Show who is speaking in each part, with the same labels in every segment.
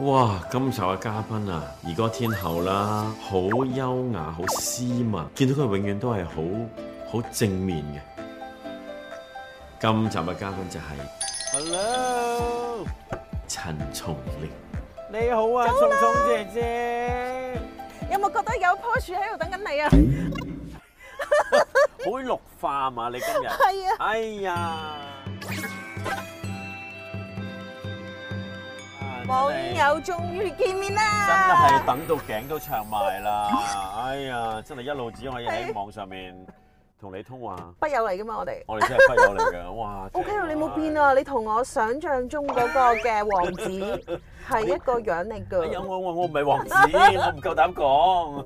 Speaker 1: 哇！今集嘅嘉賓啊，兒歌天后啦，好優雅，好斯文，見到佢永遠都係好好正面嘅。今集嘅嘉賓就係
Speaker 2: Hello，
Speaker 1: 陳松伶。
Speaker 2: 你好啊，松松姐姐，
Speaker 3: 有冇覺得有棵樹喺度等緊你啊？
Speaker 2: 好綠化嘛？你今日
Speaker 3: 係啊，
Speaker 2: 哎呀，啊
Speaker 3: 網
Speaker 2: 真係
Speaker 3: 友終於見面
Speaker 2: 真係
Speaker 3: 啦！
Speaker 2: 等到頸都長埋 啦！哎呀，真係一路只可以喺網上面同你通話，
Speaker 3: 筆友嚟噶嘛，我哋。
Speaker 2: 我哋真係筆友嚟㗎，哇
Speaker 3: O K
Speaker 2: 真係
Speaker 3: 你冇變啊！你同我想象中嗰個嘅王子係一個樣嚟
Speaker 2: 哎呀，
Speaker 3: 㗎。
Speaker 2: 我我我唔係王子，我唔夠膽講。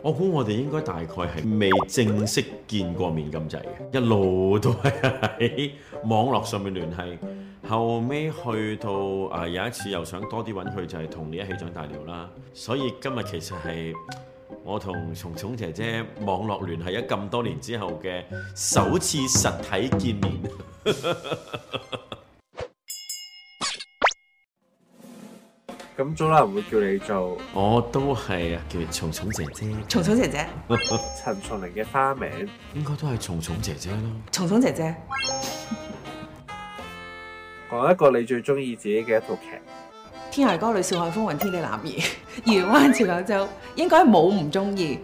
Speaker 1: 我估我哋應該大概係未正式見過面咁滯嘅，一路都係喺網絡上面聯繫。後尾去到啊、有一次又想多啲揾佢，就係、同你一起長大了啦。所以今日其實係我同松松姐姐網絡聯繫咗咁多年之後嘅首次實體見面。
Speaker 4: 咁早啦，唔會叫你做
Speaker 1: 我哦都係叫松松姐姐，
Speaker 5: 松松姐姐，
Speaker 4: 陳松伶嘅花名，
Speaker 1: 應該都係松松姐姐咯。
Speaker 5: 松松姐姐，
Speaker 4: 講一個你最中意自己嘅一套劇。
Speaker 5: 天涯歌女笑看風雲天地男兒， 魚灣潮九州，應該冇唔中意。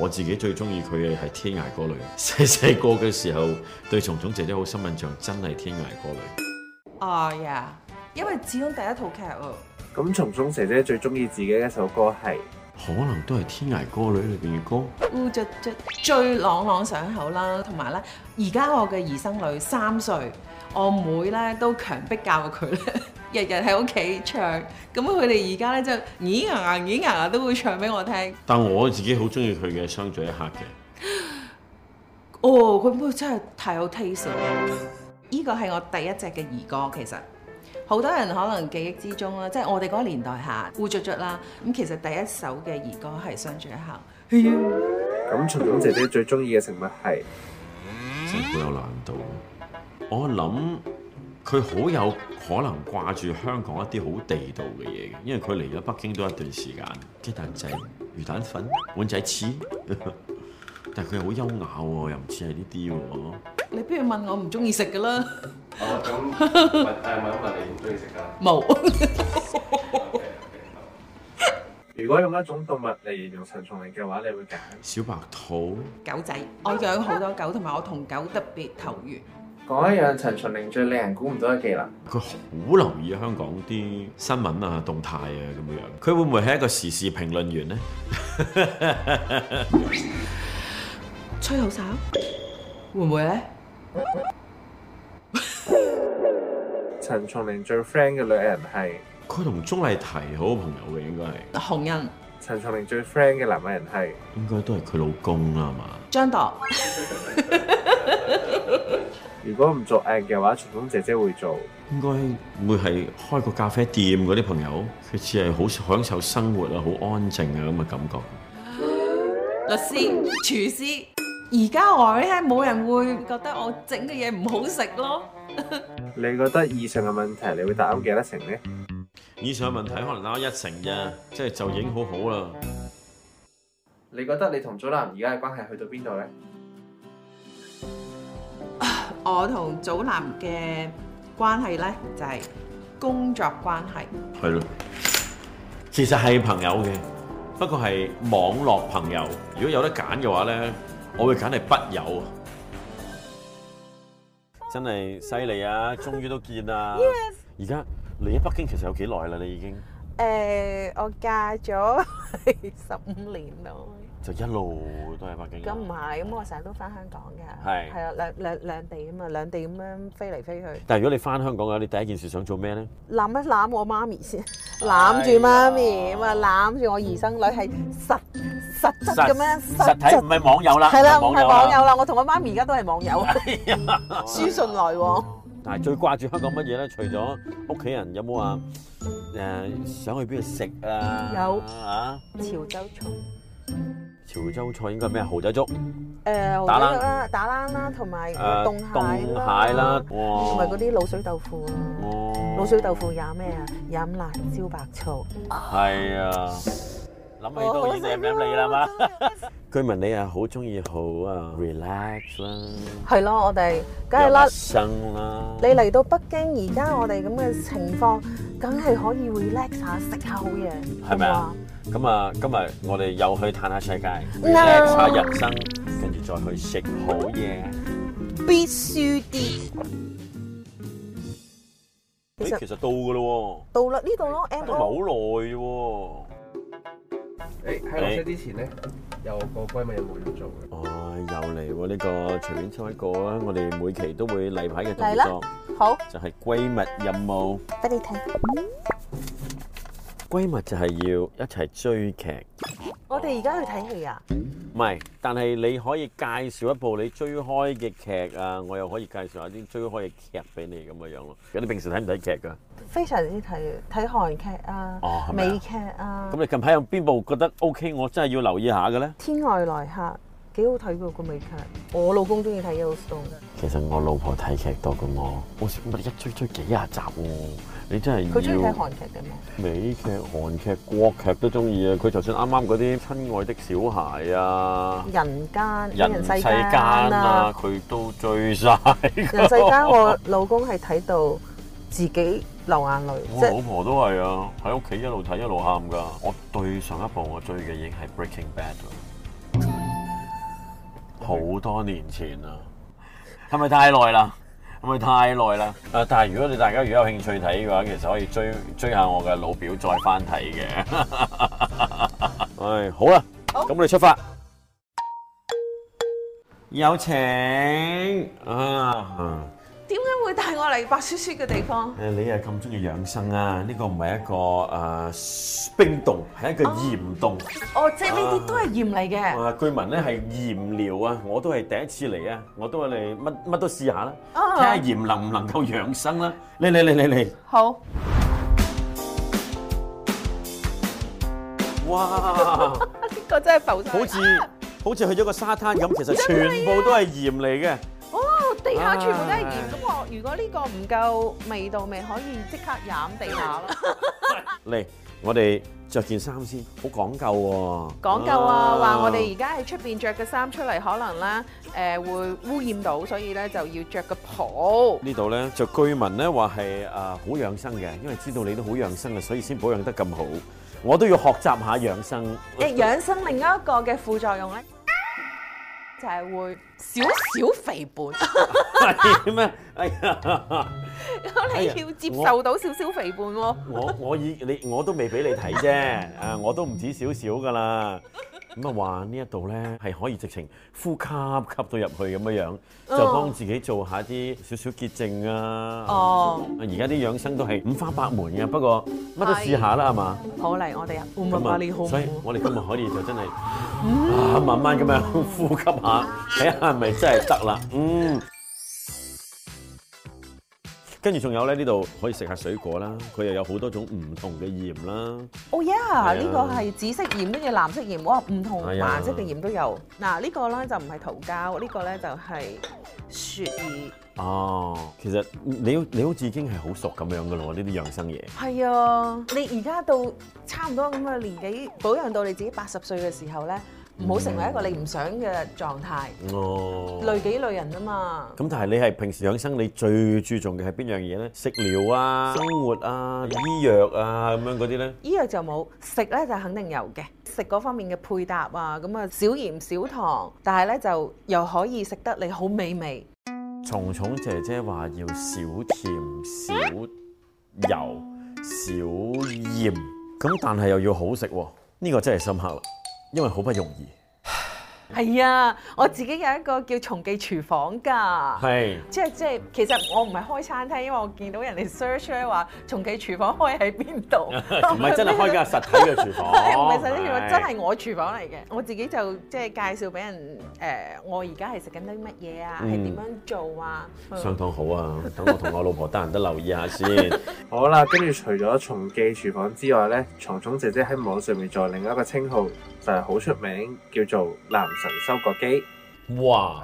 Speaker 1: 我自己最中意佢嘅係《天涯歌女》， 細細個嘅時候對松松姐姐好深印象，真係《天涯歌女
Speaker 5: 哦呀，因為始終第一套劇呃喎，
Speaker 4: 咁松松姐姐最中意自己嘅一首歌係，》，
Speaker 1: 可能都係《天涯歌女》裏邊嘅歌。
Speaker 5: 烏卒卒最朗朗上口啦，同埋咧，而家我嘅兒生女三歲，我妹咧都強迫教佢 咧，日日喺屋企唱，咁佢哋而家咧就咦牙牙咦牙牙都會唱俾我聽。
Speaker 1: 但我自己好中意佢嘅《相聚一刻》嘅，
Speaker 5: 哦，佢妹真係太有 taste 啦！依個係我第一隻嘅兒歌，其實好多人可能記憶之中啦，即係我哋嗰個年代下烏卒卒啦。咁其實第一首嘅兒歌係《相聚一刻》。
Speaker 4: 咁松松姐姐最中意嘅食物係，
Speaker 1: 真係好有難度。我諗佢好有可能掛住香港一啲好地道嘅嘢嘅，因為佢嚟咗北京都一段時間，雞蛋仔、魚蛋粉、碗仔翅， 但係佢又好優雅喎，又唔似係呢啲喎。
Speaker 5: 你不如問我唔中意食嘅啦，
Speaker 6: 好，哦咁問誒問一問你唔中意食㗎？
Speaker 5: 冇。
Speaker 4: 如果用一種動物嚟形容陳松伶嘅話，你會揀？
Speaker 1: 小白兔。
Speaker 5: 狗仔，我養好多狗，同埋我同狗特別投緣。
Speaker 4: 講一樣陳松伶最令人估唔到嘅技能。
Speaker 1: 佢好留意香港啲新聞啊、動態啊咁樣。佢會唔會係一個時事評論員呢？
Speaker 5: 吹口哨，會唔會咧？
Speaker 4: 陳松伶最 friend 嘅女人係，
Speaker 1: 佢同鍾麗緹好朋友嘅應該係，
Speaker 5: 紅人
Speaker 4: 陳松伶最 friend 嘅男人係。
Speaker 1: 應該都係佢老公啦嘛。
Speaker 5: 張度，
Speaker 4: 如果唔做藝嘅話，松松姐姐會做。
Speaker 1: 應該會係開個咖啡店嗰啲朋友，佢似係好享受生活啊、好安靜啊咁嘅感覺。
Speaker 5: 律師、廚師。而家我話俾你聽，冇人會覺得我整嘅嘢唔好食咯。
Speaker 4: 你覺得以上嘅問題，你會答啱幾多成呢？
Speaker 1: 以上問題可能打一成啫，即係就已經好好啦。
Speaker 4: 你覺得你同祖藍而家嘅關係去到邊度呢？
Speaker 5: 我同祖藍嘅關係呢，就係、工作關係，
Speaker 1: 係咯，其實係朋友嘅，不過係網絡朋友。如果有得揀嘅話呢，我會揀係筆友啊。
Speaker 2: 真係犀利啊！終於都見啦。而家嚟咗北京其實有幾耐啦？你已經
Speaker 3: 誒，我嫁咗 十五年咯。
Speaker 2: 就一路都喺北京。
Speaker 1: Dạ.
Speaker 3: 咁唔係，咁我成日都翻香港㗎。
Speaker 2: 係
Speaker 3: 係啊，兩兩兩地啊嘛，兩地咁樣飛嚟飛去。
Speaker 2: 但係如果你翻香港嘅話，你第一件事想做咩咧？
Speaker 3: 攬一攬我媽咪先，攬住媽咪咁啊，攬住我兒生女係實實質咁樣
Speaker 2: 實體唔係網友
Speaker 1: 啊
Speaker 2: 啦，
Speaker 3: 係啦，唔
Speaker 2: 唔
Speaker 3: 係
Speaker 2: 係
Speaker 3: 網
Speaker 2: 網
Speaker 3: 友
Speaker 2: 友啦。
Speaker 3: 啦，我同我媽咪而家都係 網
Speaker 1: 哎
Speaker 3: 友，書信來往。
Speaker 2: 但係最掛住香港乜嘢咧？除咗屋企人，有冇話誒想去邊度食啊？
Speaker 3: 有
Speaker 2: 啊，
Speaker 3: 潮州菜
Speaker 1: 潮州菜應該係咩？蠔仔粥、
Speaker 5: 誒牛仔肉啦、打冷啦，同埋
Speaker 1: 誒
Speaker 5: 凍
Speaker 1: 凍
Speaker 5: 蟹
Speaker 1: 蟹啦，
Speaker 5: 同
Speaker 1: 哇
Speaker 5: 埋嗰！啲鹵水豆腐啊。
Speaker 1: 哦
Speaker 5: 鹵水豆腐飲咩啊？飲辣椒白醋。
Speaker 1: 係啊，諗起都已經舐舐你啦嘛。居民你啊，好中意好啊，relax 啦，
Speaker 5: 係咯，我哋梗係啦
Speaker 1: 有。生啦，
Speaker 5: 你嚟到北京，而家我哋咁嘅情況，梗係可以 relax 下，食下好嘢，
Speaker 1: 係咪啊咁啊，今日我哋又去探下世界，relax 下人生，跟住再去食好嘢。
Speaker 5: 好嘛？必須啲。其
Speaker 1: 咦
Speaker 5: 實
Speaker 1: 其實到噶咯
Speaker 5: 到啦呢度咯
Speaker 1: 喎，
Speaker 5: ，M
Speaker 1: 都唔係
Speaker 5: O
Speaker 1: 好耐喎。
Speaker 6: 誒喺落車之前咧，有個閨蜜有冇要做嘅？
Speaker 1: 哦，又嚟喎！呢個隨便抽一個啊！我哋每期都會例牌嘅動
Speaker 5: 嚟啦
Speaker 1: 作，
Speaker 5: 好，
Speaker 1: 就係閨蜜任務。
Speaker 5: 俾你睇。
Speaker 1: 閨蜜就係要一齊追劇，
Speaker 5: 我哋而家去睇戲啊！
Speaker 1: 唔係，但係你可以介紹一部你追開嘅劇啊，我又可以介紹下啲追開嘅劇俾你咁嘅樣咯。咁你平時睇唔睇劇㗎？
Speaker 5: 非常之睇睇韓劇啊
Speaker 1: 哦係、咪啊
Speaker 5: 美劇啊，
Speaker 1: 咁你近排有邊部覺得 OK，我真係要留意下嘅咧？
Speaker 5: 《天外來客》幾好睇㗎個美劇。我老公中意睇《Yellowstone》
Speaker 1: 其實我老婆睇劇多過我，我咪一追追幾廿集喎、你真係
Speaker 5: 佢中意睇韓劇嘅咩？
Speaker 1: 美劇、韓劇、國劇都中意啊！佢就算啱啱嗰啲《親愛的小孩》啊、
Speaker 5: 人間、
Speaker 1: 人世間
Speaker 5: 間
Speaker 1: 啊，，佢都追 晒。
Speaker 5: 人世間我老公係睇到自己流眼淚，即
Speaker 1: 我
Speaker 5: 係
Speaker 1: 老婆都係啊，喺屋企一路睇一路喊㗎。我對上一部我追嘅已經係《Breaking Bad》啦，好多年前啦，係咪太耐啦？係咪太耐啦？啊！但係如果你大家如果有興趣睇嘅話，其實可以追追下我嘅老表再翻睇嘅。 唉，好啦，咁我哋出發。有請啊！
Speaker 3: 點解會帶我嚟白雪雪嘅地方？
Speaker 1: 誒，你又咁中意養生啊？呢個唔係一個 à, 誒冰凍，係一個鹽凍。
Speaker 3: 哦，即係呢啲都係鹽嚟嘅。
Speaker 1: 啊，據聞咧係鹽療啊，我都係第一次嚟啊，我都係嚟乜乜都試下啦，
Speaker 3: 啊
Speaker 1: 睇下鹽能唔能夠養生啦。嚟嚟嚟嚟嚟，
Speaker 3: 好，
Speaker 1: 哇！
Speaker 3: 呢個真係浮
Speaker 1: 好
Speaker 3: 晒。
Speaker 1: 似好似去咗個沙灘咁，其實全部都係鹽嚟嘅。
Speaker 5: 哦，地下全部都係
Speaker 1: 啊
Speaker 5: 鹽。咁我如果呢個唔夠味道，咪可以即刻飲地下咯。
Speaker 1: 嚟，我哋着件衫先，好講究喎。
Speaker 5: 講究
Speaker 1: À.
Speaker 5: 啊，話我哋而家喺出邊着嘅衫出嚟，可能咧誒、會污染到，所以咧就要着個袍。
Speaker 1: 呢度咧就居民咧話係啊好養生嘅，因為知道你都好養生嘅，所以先保養得咁好。我都要學習下養生。
Speaker 3: 誒養生另一個嘅副作用咧，就係會少少肥胖。
Speaker 1: 係咩？哎呀，
Speaker 5: 咁你要接受到少少肥胖喎。
Speaker 1: 我我以你我都未俾你睇啫，啊我都唔止少少噶啦。咁啊話呢一度咧係可以直情呼吸吸到入去咁樣樣，就幫自己做下啲少少潔淨啊。
Speaker 3: 哦，
Speaker 1: 而家啲養生都係五花八門嘅，不過乜都試下啦，係嘛？
Speaker 3: 好嚟，我哋啊，唔
Speaker 1: 咁
Speaker 3: 問你好唔
Speaker 1: 啊，所以
Speaker 3: 好？
Speaker 1: 我哋今日可以就真係啊，慢慢咁樣 呼吸下，睇下係咪真係得啦。嗯。跟住仲有咧，呢度可以食下水果啦，佢又有好多種唔同嘅鹽啦。
Speaker 5: 哦
Speaker 1: 啊
Speaker 5: Oh yeah，呢個係紫色鹽，跟住藍色鹽，哇，唔同
Speaker 1: 係啊
Speaker 5: 顏色嘅鹽都有。嗱、呢個咧就唔係桃膠，呢、個咧就係雪耳。
Speaker 1: 哦，其實你好你好似已經係好熟咁樣噶咯喎，呢啲養生嘢。
Speaker 5: 係啊，你而家到差唔多咁嘅年紀，保養到你自己八十歲嘅時候咧，唔好成為一個你唔想嘅狀態，
Speaker 1: 哦。
Speaker 5: 累己累人啊嘛。
Speaker 1: 咁但係你係平時養生，你最注重嘅係邊樣嘢咧？食療啊、生活啊、醫藥啊咁樣嗰啲咧？
Speaker 5: 醫藥就冇，食咧就肯定有嘅。食嗰方面嘅配搭啊，咁啊少鹽少糖，但係咧就又可以食得你好美味。
Speaker 1: 松松姐姐話要少甜、少油、少鹽，咁但係又要好食喎，呢、個真係深刻啦，因為好不容易。
Speaker 5: 係啊，我自己有一個叫松記廚房㗎。
Speaker 1: 係
Speaker 5: 即係即係，其實我唔係開餐廳，因為我見到人哋 search 咧話從記廚房開喺邊 度，
Speaker 1: 唔係真係開間實體嘅廚房？
Speaker 5: 唔係實體廚房，真係我廚房嚟嘅。我自己就即係介紹俾人誒、我而家係食緊啲乜嘢啊，係點、樣做啊？
Speaker 1: 相當好啊！等我同我老婆得閒都留意下先。
Speaker 4: 好啦，跟住除咗松記廚房之外呢，松松姐姐喺網上面仲有另一個稱號就係、好出名，叫做男神收割機。
Speaker 1: 哇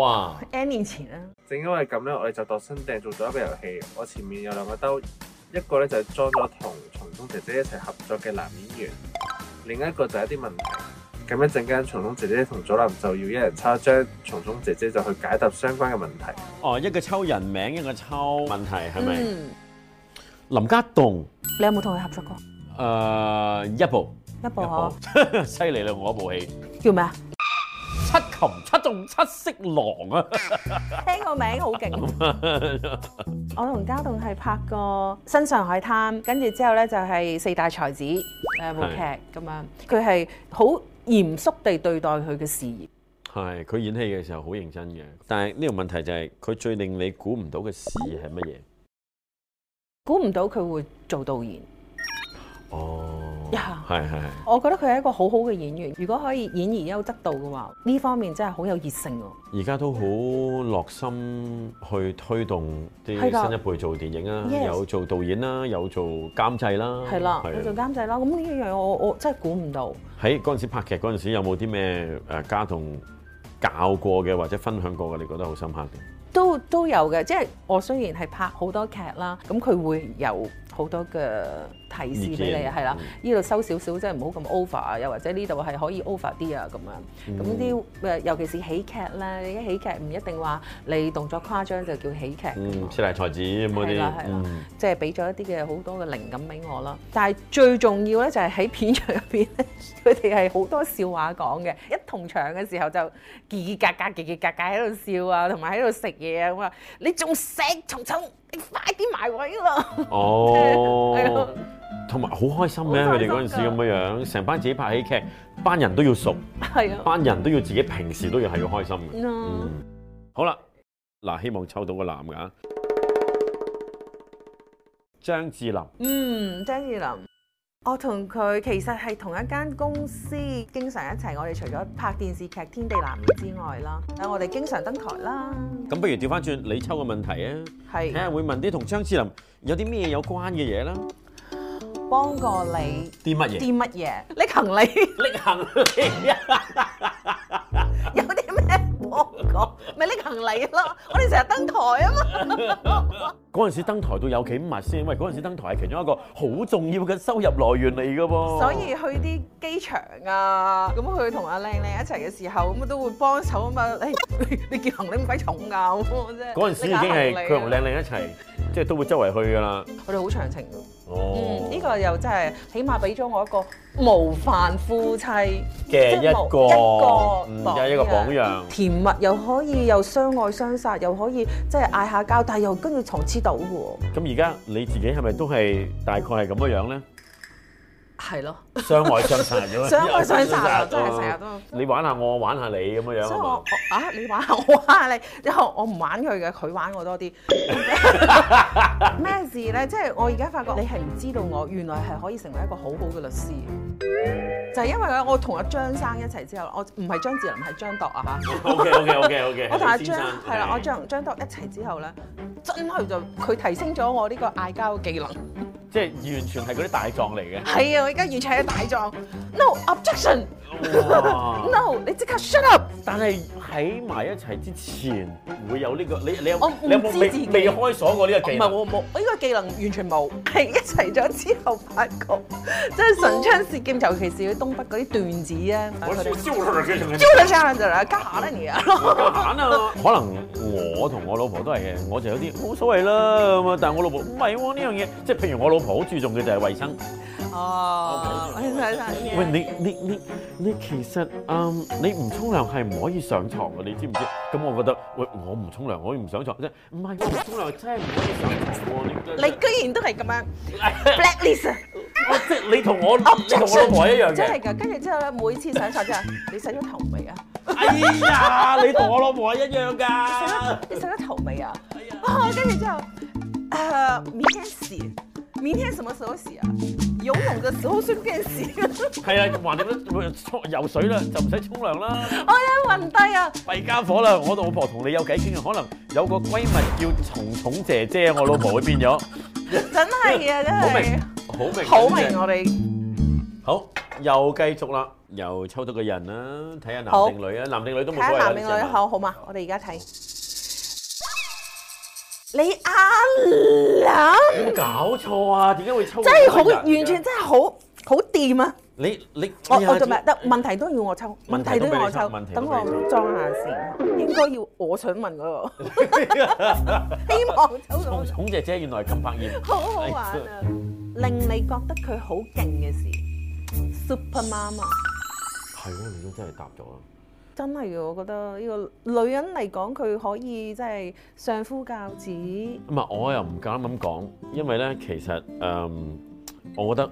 Speaker 1: 哇！
Speaker 5: N 年前啊啦，
Speaker 4: 正因為咁呢，我哋就度身訂做咗一個遊戲。我前面有兩個兜，一個呢就係裝咗同松松姐姐一齊合作嘅男演員，另一個就係一啲問題。咁一陣間，松松姐姐同祖藍就要一人抽一張，松松姐姐就去解答相關嘅問題。
Speaker 1: 哦，一個抽人名，一個抽問題，係咪？
Speaker 5: 嗯，
Speaker 1: 林家棟，誒、呃
Speaker 5: 你有冇同佢合作過
Speaker 1: 嗯一部，
Speaker 5: 一部啊？
Speaker 1: 一部， 犀利啦！我一部戲《
Speaker 5: 叫咩啊？
Speaker 1: 七擒七縱七色狼》啊，
Speaker 5: 聽個名好勁。啊我同家棟係拍過《新上海灘》，跟住之後咧就係、四大才子》誒部劇咁樣，佢係好嚴肅地對待佢嘅事業。
Speaker 1: 係佢演戲嘅時候好認真嘅，但係呢個問題就係、佢最令你估唔到嘅事係乜嘢？
Speaker 5: 估唔到佢會做導演，
Speaker 1: 哦，
Speaker 5: 呀
Speaker 1: 係係係。
Speaker 5: 我覺得佢係一個好好嘅演員。如果可以演而優則導嘅話，呢方面真係好有熱誠喎。
Speaker 1: 而家都好落心去推動啲
Speaker 5: 係㗎
Speaker 1: 新一輩做電影啊
Speaker 5: Yes
Speaker 1: 有做導演啦，有做監製啦，
Speaker 5: 係啦，
Speaker 1: 係啊
Speaker 5: 佢做監製啦，咁呢一樣我我真係估唔到。
Speaker 1: 喺嗰陣時拍劇嗰陣時，有冇啲咩誒家同教過嘅或者分享過嘅？你覺得好深刻嘅？
Speaker 5: 都都有嘅，即係我雖然係拍好多劇啦，咁佢會有好多嘅提示俾
Speaker 1: 意
Speaker 5: 你
Speaker 1: 見嗯
Speaker 5: 啊，係啦，呢度收少少，即係唔好咁 over 啊，又或者呢度係可以 over 啲啊咁樣。
Speaker 1: 嗯
Speaker 5: 咁啲誒，尤其是喜劇咧，你啲喜劇唔一定話你動作誇張就叫喜劇㗎嘛
Speaker 1: 嗯，四大才子咁嗰
Speaker 5: 係
Speaker 1: 啲
Speaker 5: 啦，係啦
Speaker 1: 嗯，
Speaker 5: 即係俾咗一啲嘅好多嘅靈感俾我啦。但係最重要咧就係喺片場入邊咧， 佢哋係好多笑話講嘅。一同場嘅時候就結結格格、結結格格喺度笑啊，同埋喺度食嘢啊咁啊！你仲食蟲蟲，你快啲埋位咯！係
Speaker 1: 哦
Speaker 5: 咯，
Speaker 1: 同埋好開心嘅，
Speaker 5: 好
Speaker 1: 佢哋
Speaker 5: 開心㗎
Speaker 1: 嗰陣時咁樣樣，成班自己拍喜劇，班人都要熟，
Speaker 5: 係啊，
Speaker 1: 班人都要自己平時都要係要開心嘅。
Speaker 5: 嗯
Speaker 1: 嗯，好啦，嗱，希望抽到個男㗎。張智霖，
Speaker 5: 嗯，張智霖。我同佢其實係同一間公司，經常一齊。我哋除咗拍電視劇《天地男兒》之外啦，我哋經常登台啦，
Speaker 1: 咁不如調翻轉你抽個問題啊，睇
Speaker 5: 係
Speaker 1: 下會問啲同張智霖有啲咩有關嘅嘢啦。
Speaker 5: 幫過你
Speaker 1: 啲乜嘢？
Speaker 5: 啲乜嘢？拎行李。
Speaker 1: 力行李
Speaker 5: 有啲咩幫講，咪拎行李咯。我哋成日登台啊嘛，
Speaker 1: 嗰陣時登台到有幾密先？喂，嗰陣時登台係其中一個好重要嘅收入來源嚟嘅噃。
Speaker 5: 所以去啲機場啊，咁佢同阿靚靚一齊嘅時候，咁都會幫手啊嘛。 誒、你你件行李咁鬼重㗎，咁啫。
Speaker 1: 嗰陣時已經係佢同靚靚一 齊，即係都會周圍去㗎啦。
Speaker 5: 我哋好長情㗎。
Speaker 1: 哦
Speaker 5: 嗯，呢、個又真係，起碼俾咗我一個模範夫妻
Speaker 1: 嘅
Speaker 5: 即係
Speaker 1: 一個嗯
Speaker 5: 無一個
Speaker 1: 一個榜樣
Speaker 5: 甜蜜又可以又相愛相殺，又可以即係嗌下交，但係又跟住糖黐到喎。
Speaker 1: 咁而家你自己係咪都係大概係咁嘅 樣咧？
Speaker 5: 係咯。
Speaker 1: 相愛相殺咁樣
Speaker 5: 相愛相殺啊真係成日都
Speaker 1: 你玩下我，我玩下你咁樣樣
Speaker 5: 所
Speaker 1: 係
Speaker 5: 以我
Speaker 1: 嘛？
Speaker 5: 我啊，你玩下我玩下你，之後我唔玩佢嘅，佢玩我多啲。咩事咧？即係我而家發覺你係唔知道我原來係可以成為一個好好嘅律師。就係因為咧，我同阿張生一齊之後，我唔係張智霖，係張度啊嚇。
Speaker 1: OK OK OK OK，
Speaker 5: 我同阿
Speaker 1: 先
Speaker 5: 張
Speaker 1: 生
Speaker 5: 係啦，我張張度一齊之後咧，真係就佢提升咗我呢個嗌交嘅技能。
Speaker 1: 即係完全係嗰啲大狀嚟嘅。
Speaker 5: 係啊，我而家完全係大狀。No objection。
Speaker 1: 哇
Speaker 5: No，你即刻 shut up。
Speaker 1: 但係喺埋一齊之前會有呢、個，你你有
Speaker 5: 我唔
Speaker 1: 你有冇
Speaker 5: 知
Speaker 1: 未
Speaker 5: 自己
Speaker 1: 未開鎖過呢個技
Speaker 5: 唔係
Speaker 1: 能？
Speaker 5: 我冇，我呢個技能完全冇，係一齊咗之後發覺，即係唇槍舌劍，尤其是佢東北嗰啲段子咧，
Speaker 1: 我
Speaker 5: 佢哋
Speaker 1: 招佢嘅仲係
Speaker 5: 就係這樣子啦，幹啥呢你啊？
Speaker 1: 可能我同我老婆都係嘅，我就有啲冇所謂啦咁啊，但係我老婆唔係喎呢樣嘢，即係譬如我老婆好注重嘅就係衞生。
Speaker 5: 哦，我睇睇
Speaker 1: 喂，你你你你其實嗯，你唔沖涼係唔可以上床嘅，你知唔知？咁我覺得，喂，我唔沖涼，我唔上床啫。唔係，我唔沖涼真係唔可以上床喎。你
Speaker 5: 你居然都係咁樣 blacklist 啊
Speaker 1: 我即係你同我，你同我老婆一樣
Speaker 5: 真
Speaker 1: 嘅
Speaker 5: 係。㗎。跟住之後咧，每次上床之後，你洗咗頭未啊？
Speaker 1: 哎呀，你同我老婆一樣 㗎。
Speaker 5: 你洗咗頭未啊？啊，跟住之後，呃，明天洗，明天什麼時候洗啊？游泳嘅時候順便洗。
Speaker 1: 係啊，橫掂都沖游水啦，就唔使沖涼啦。
Speaker 5: 我一哎暈低啊！
Speaker 1: 弊家伙啦！我老婆同你有偈傾啊，可能有個閨蜜叫蟲蟲姐姐，我老婆會變咗。
Speaker 5: 真係啊，真
Speaker 1: 好明
Speaker 5: 係。
Speaker 1: 好明，
Speaker 5: 好明我哋
Speaker 1: 好，又繼續啦，又抽到個人啦，睇下男
Speaker 5: 好
Speaker 1: 定女啊，男定女都冇
Speaker 5: 睇
Speaker 1: 所謂
Speaker 5: 下
Speaker 1: 啦
Speaker 5: 男定女
Speaker 1: 只係
Speaker 5: 好好嘛？我哋而家睇。你阿諗
Speaker 1: 問搞錯啊！點解會抽到
Speaker 5: 真係好，
Speaker 1: 個人嘅
Speaker 5: 完全真係好好掂啊！
Speaker 1: 你你
Speaker 5: 我
Speaker 1: 哎呀
Speaker 5: 我就咪得問題都要我抽，
Speaker 1: 問
Speaker 5: 問
Speaker 1: 題
Speaker 5: 題
Speaker 1: 都
Speaker 5: 都
Speaker 1: 俾
Speaker 5: 要
Speaker 1: 你
Speaker 5: 我
Speaker 1: 抽
Speaker 5: 抽
Speaker 1: 問題，都
Speaker 5: 等
Speaker 1: 俾你
Speaker 5: 我裝下先，應該要我想 問嗰個，希望抽
Speaker 1: 蟲。
Speaker 5: 到
Speaker 1: 蟲姐姐原來係金柏燕，
Speaker 5: 好好玩啊！令你覺得佢好勁嘅事，Super Mama
Speaker 1: 係喎，你都真係答咗啦。
Speaker 5: 真係嘅，我覺得呢個女人嚟講，佢可以即係相夫教子，
Speaker 1: 咁啊，我又唔敢咁講，因為咧其實誒、嗯我覺得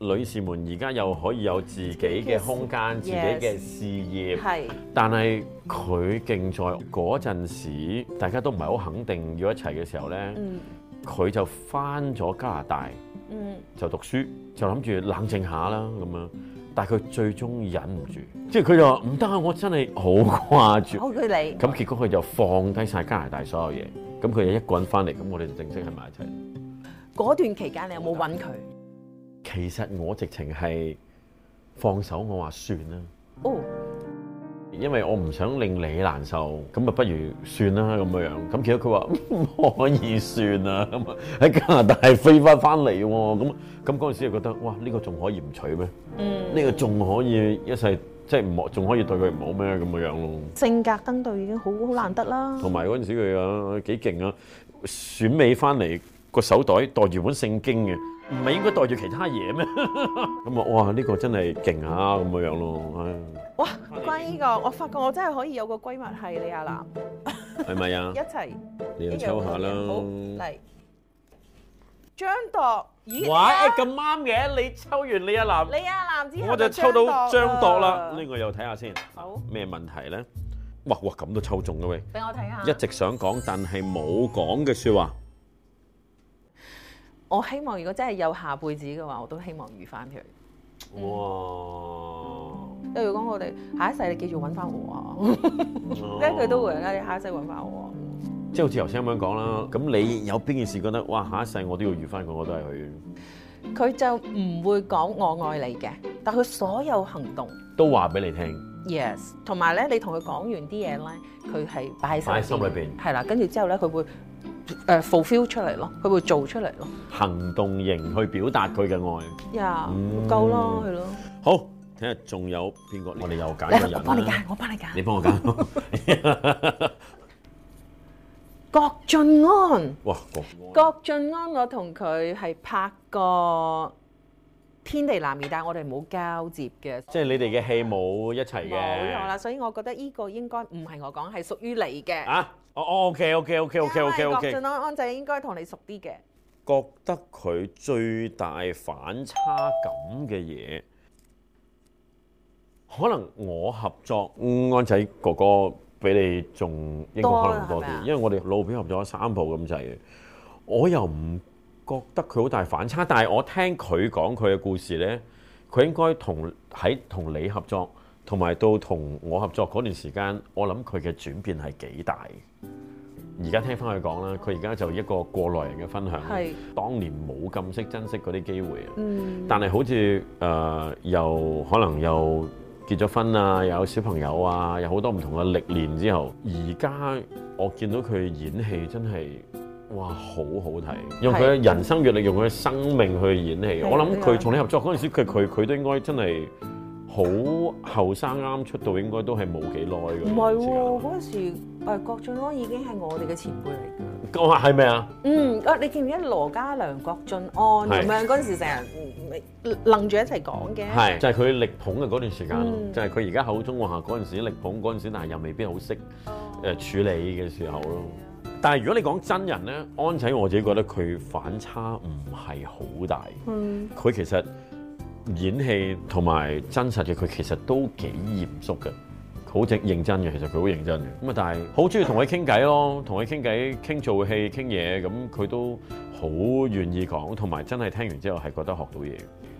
Speaker 1: 女士們而家又可以有自己嘅空間、自己嘅事業。
Speaker 5: 係
Speaker 1: 但係佢競賽嗰陣時，大家都唔係好肯定要一齊嘅時候呢，
Speaker 5: 嗯
Speaker 1: 佢、就翻咗加拿大
Speaker 5: 嗯
Speaker 1: 就讀書，就諗住冷靜下啦咁樣。但係佢最終忍唔住，即係佢就話唔得啊！我真係好掛住。
Speaker 5: 好佢你
Speaker 1: 咁結果佢就放低晒加拿大所有嘢，咁佢就一個人翻嚟，咁我哋就正式喺埋一齊。
Speaker 5: 嗰段期間，你有冇揾佢？
Speaker 1: 其實我直情係放手，我話算啦。
Speaker 5: 哦，
Speaker 1: 因為我唔想令你難受，咁啊不如算啦咁樣樣。咁結果佢話 唔可以算啊，咁啊喺加拿大飛翻翻嚟喎。咁咁嗰陣時就覺得哇，呢、個仲可以唔娶咩？呢、
Speaker 5: 嗯，
Speaker 1: 個仲可以一世即係唔好仲可以對佢唔好咩咁樣樣咯。
Speaker 5: 性格登對已經好好難得啦，
Speaker 1: 同埋嗰陣時佢啊幾勁啊，選美翻嚟個手袋袋住本聖經嘅，唔係應該袋住其他嘢咩？ 咁啊哇，呢、個真係勁啊咁樣樣咯，
Speaker 5: 哇！關於呢個，我發覺我真係可以有個閨蜜係你阿男
Speaker 1: 唉係咪啊
Speaker 5: 一？齊
Speaker 1: 你
Speaker 5: 一
Speaker 1: 又
Speaker 5: 樣
Speaker 1: 抽下啦。
Speaker 5: 好嚟張度，咦？
Speaker 1: 哇！咁啱嘅，你抽完你阿男，
Speaker 5: 你阿男之後
Speaker 1: 我就抽到張度啦。呢
Speaker 5: 呢個
Speaker 1: 個又睇下先，
Speaker 5: 啊好
Speaker 1: 咩問題咧？哇哇，咁都抽中嘅喂！
Speaker 5: 俾我睇下。
Speaker 1: 一直想講但係冇講嘅説話，
Speaker 5: 我希望如果真係有下輩子嘅話，我都希望遇翻佢。嗯
Speaker 1: 哇！
Speaker 5: 因為如果我哋下一世，你記住揾翻我啊！咧佢都會啦，你下一世揾翻我啊。
Speaker 1: 即係好似頭先咁樣講啦。咁你有邊件事覺得哇下一世我都要遇翻佢，我都係佢，
Speaker 5: 佢就唔會講我愛你嘅，但佢所有行動
Speaker 1: 都話俾你聽。
Speaker 5: ，yes，同埋咧，你同佢講完啲嘢咧，佢係
Speaker 1: 擺
Speaker 5: 擺
Speaker 1: 喺
Speaker 5: 喺
Speaker 1: 心裏邊
Speaker 5: 係啦，跟住之後咧，佢會誒 fulfill 出嚟咯，佢會做出嚟咯，
Speaker 1: 行動型去表達佢嘅愛，
Speaker 5: 呀
Speaker 1: 嗯，
Speaker 5: 夠咯，係咯，
Speaker 1: 好睇下仲有邊個？我哋又揀個
Speaker 5: 嚟我
Speaker 1: 人啊
Speaker 5: 幫你
Speaker 1: 啦
Speaker 5: 揀，，我幫你
Speaker 1: 你
Speaker 5: 揀，
Speaker 1: 幫我揀。
Speaker 5: 郭晉安。
Speaker 1: 哇！個
Speaker 5: 郭晉安，我同佢係拍過《天地男兒》，但係我哋冇交接嘅。
Speaker 1: 即係你哋嘅戲冇一齊
Speaker 5: 冇錯啦，
Speaker 1: 嘅。
Speaker 5: 所以我覺得呢個應該唔係我講，係屬於你嘅。
Speaker 1: 啊，哦，OK OK OK OK
Speaker 5: 因
Speaker 1: OK
Speaker 5: 為
Speaker 1: OK，
Speaker 5: 郭晉安安仔應該同你熟啲嘅。
Speaker 1: 覺得佢最大反差感嘅嘢，可能我合作嗯安仔哥哥比你仲應該
Speaker 5: 多啦
Speaker 1: 可能多
Speaker 5: 係咪
Speaker 1: 啲，
Speaker 5: 啊
Speaker 1: 因為我哋老表合作咗三部咁滯嘅，我又唔覺得佢好大反差，但係我聽佢講佢嘅故事呢，佢應該同喺同你合作，同埋到同我合作嗰段時間，我諗佢嘅轉變係幾大嘅。而家聽翻佢講啦，佢而家就一個過來人嘅分享，
Speaker 5: 係
Speaker 1: 當年冇咁識珍惜嗰啲機會啊。
Speaker 5: 嗯，
Speaker 1: 但係好似誒、呃又可能又結咗婚啊，又有小朋友啊，有好多唔同嘅歷練之後，而家我見到佢演戲真係哇好好睇，用佢嘅人生閲歷，用佢嘅生命去演戲。
Speaker 5: 係
Speaker 1: 我諗佢
Speaker 5: 係啊
Speaker 1: 同你合作嗰陣時，佢佢佢都應該真係好後生啱出道，應該都係冇幾耐嘅。
Speaker 5: 唔係喎，嗰陣時誒郭晉安已經係我哋嘅前輩嚟㗎。
Speaker 1: 我話係咪啊？
Speaker 5: 嗯，啊你記唔記得羅嘉良、郭晉
Speaker 1: 係
Speaker 5: 安咁樣嗰陣時成日嗯嗯楞住一齊講嘅？
Speaker 1: 係，就係佢力捧嘅嗰段時間咯，
Speaker 5: 嗯
Speaker 1: 就係佢而家口中話嗰陣時力捧嗰陣時，但係又未必好識
Speaker 5: 哦
Speaker 1: 誒處理嘅時候咯。但係如果你講真人咧，安仔我自己覺得佢反差唔係好大，
Speaker 5: 嗯，
Speaker 1: 佢其實演戲同埋真實嘅佢其實都幾嚴肅嘅。好正認真嘅，其實佢好認真嘅。咁啊，但係好中意同佢傾偈咯，同佢傾偈傾做戲傾嘢，咁佢都好願意講，同埋真係聽完之後係覺得學到嘢。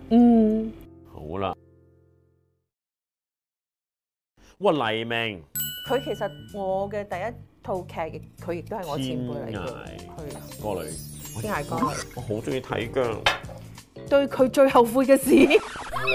Speaker 5: 嗯，
Speaker 1: 好啦，哇黎明
Speaker 5: 佢其實我嘅第一套劇，佢亦都係我前輩嚟
Speaker 1: 天
Speaker 5: 嘅。
Speaker 1: 涯
Speaker 5: 係啊
Speaker 1: 歌女，
Speaker 5: 天涯歌女
Speaker 1: 我好中意睇姜。
Speaker 5: 對佢最後悔 嘅事，呢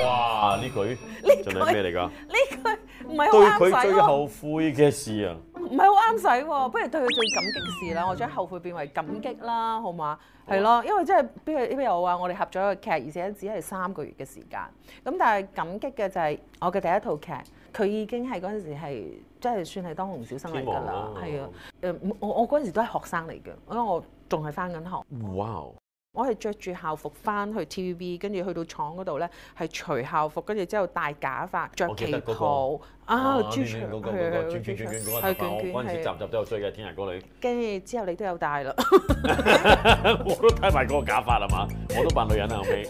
Speaker 1: 哇！呢句
Speaker 5: 呢句
Speaker 1: 真係咩嚟㗎？
Speaker 5: 句唔係
Speaker 1: 對
Speaker 5: 好
Speaker 1: 佢
Speaker 5: 啱使
Speaker 1: 最
Speaker 5: 喎，
Speaker 1: 後悔嘅事啊！
Speaker 5: 唔係好啱使喎。不如對佢最感激嘅事啦，我將後悔變為感激啦，好嘛？
Speaker 1: 啊
Speaker 5: 係咯，因為真係邊邊有話我哋合咗個劇，而且只係三個月嘅時間。咁但係感激嘅就係我嘅第一套劇，佢已經係嗰陣時係即係算係當紅小生嚟
Speaker 1: 天
Speaker 5: 㗎
Speaker 1: 王
Speaker 5: 啦
Speaker 1: 啦，，
Speaker 5: 係啊。誒，我我嗰陣時都係學生嚟嘅，因為我仲係翻緊學。
Speaker 1: 哇！哦
Speaker 5: 我係着住校服翻去 TVB，跟住去到廠嗰度咧係除校服，跟住之後戴假髮，着
Speaker 1: 我記
Speaker 5: 旗
Speaker 1: 得嗰個
Speaker 5: 袍啊，朱
Speaker 1: 圈
Speaker 5: 長
Speaker 1: 嗰個嗰個轉轉轉轉嗰個頭髮，我嗰陣時
Speaker 5: 係啊
Speaker 1: 集集都有追嘅《天涯歌女》，
Speaker 5: 跟住之後你都有戴啦。
Speaker 1: 我都睇埋嗰個假髮啦嘛，我都扮女人啊啦後尾。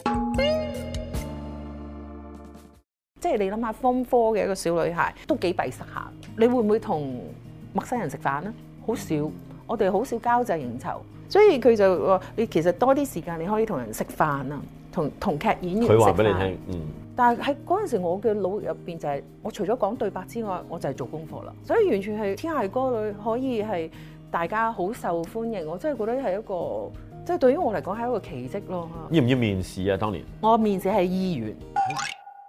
Speaker 5: 即係你諗下 form four 嘅一個小女孩，都幾閉塞下。你會唔會同陌生人食飯呢？好少，我哋好少交際應酬，所以佢就話：你其實多啲時間你可以同人食飯啊，同同劇演員食飯。
Speaker 1: 佢話俾你聽，嗯，
Speaker 5: 但係喺嗰陣時，我嘅腦入邊就係、我除咗講對白之外，我就係做功課啦。所以完全係天涯歌女可以係大家好受歡迎，我真係覺得係一個即係對於我嚟講係一個奇蹟咯。
Speaker 1: 要唔要面試啊？當年
Speaker 5: 我面試係醫院，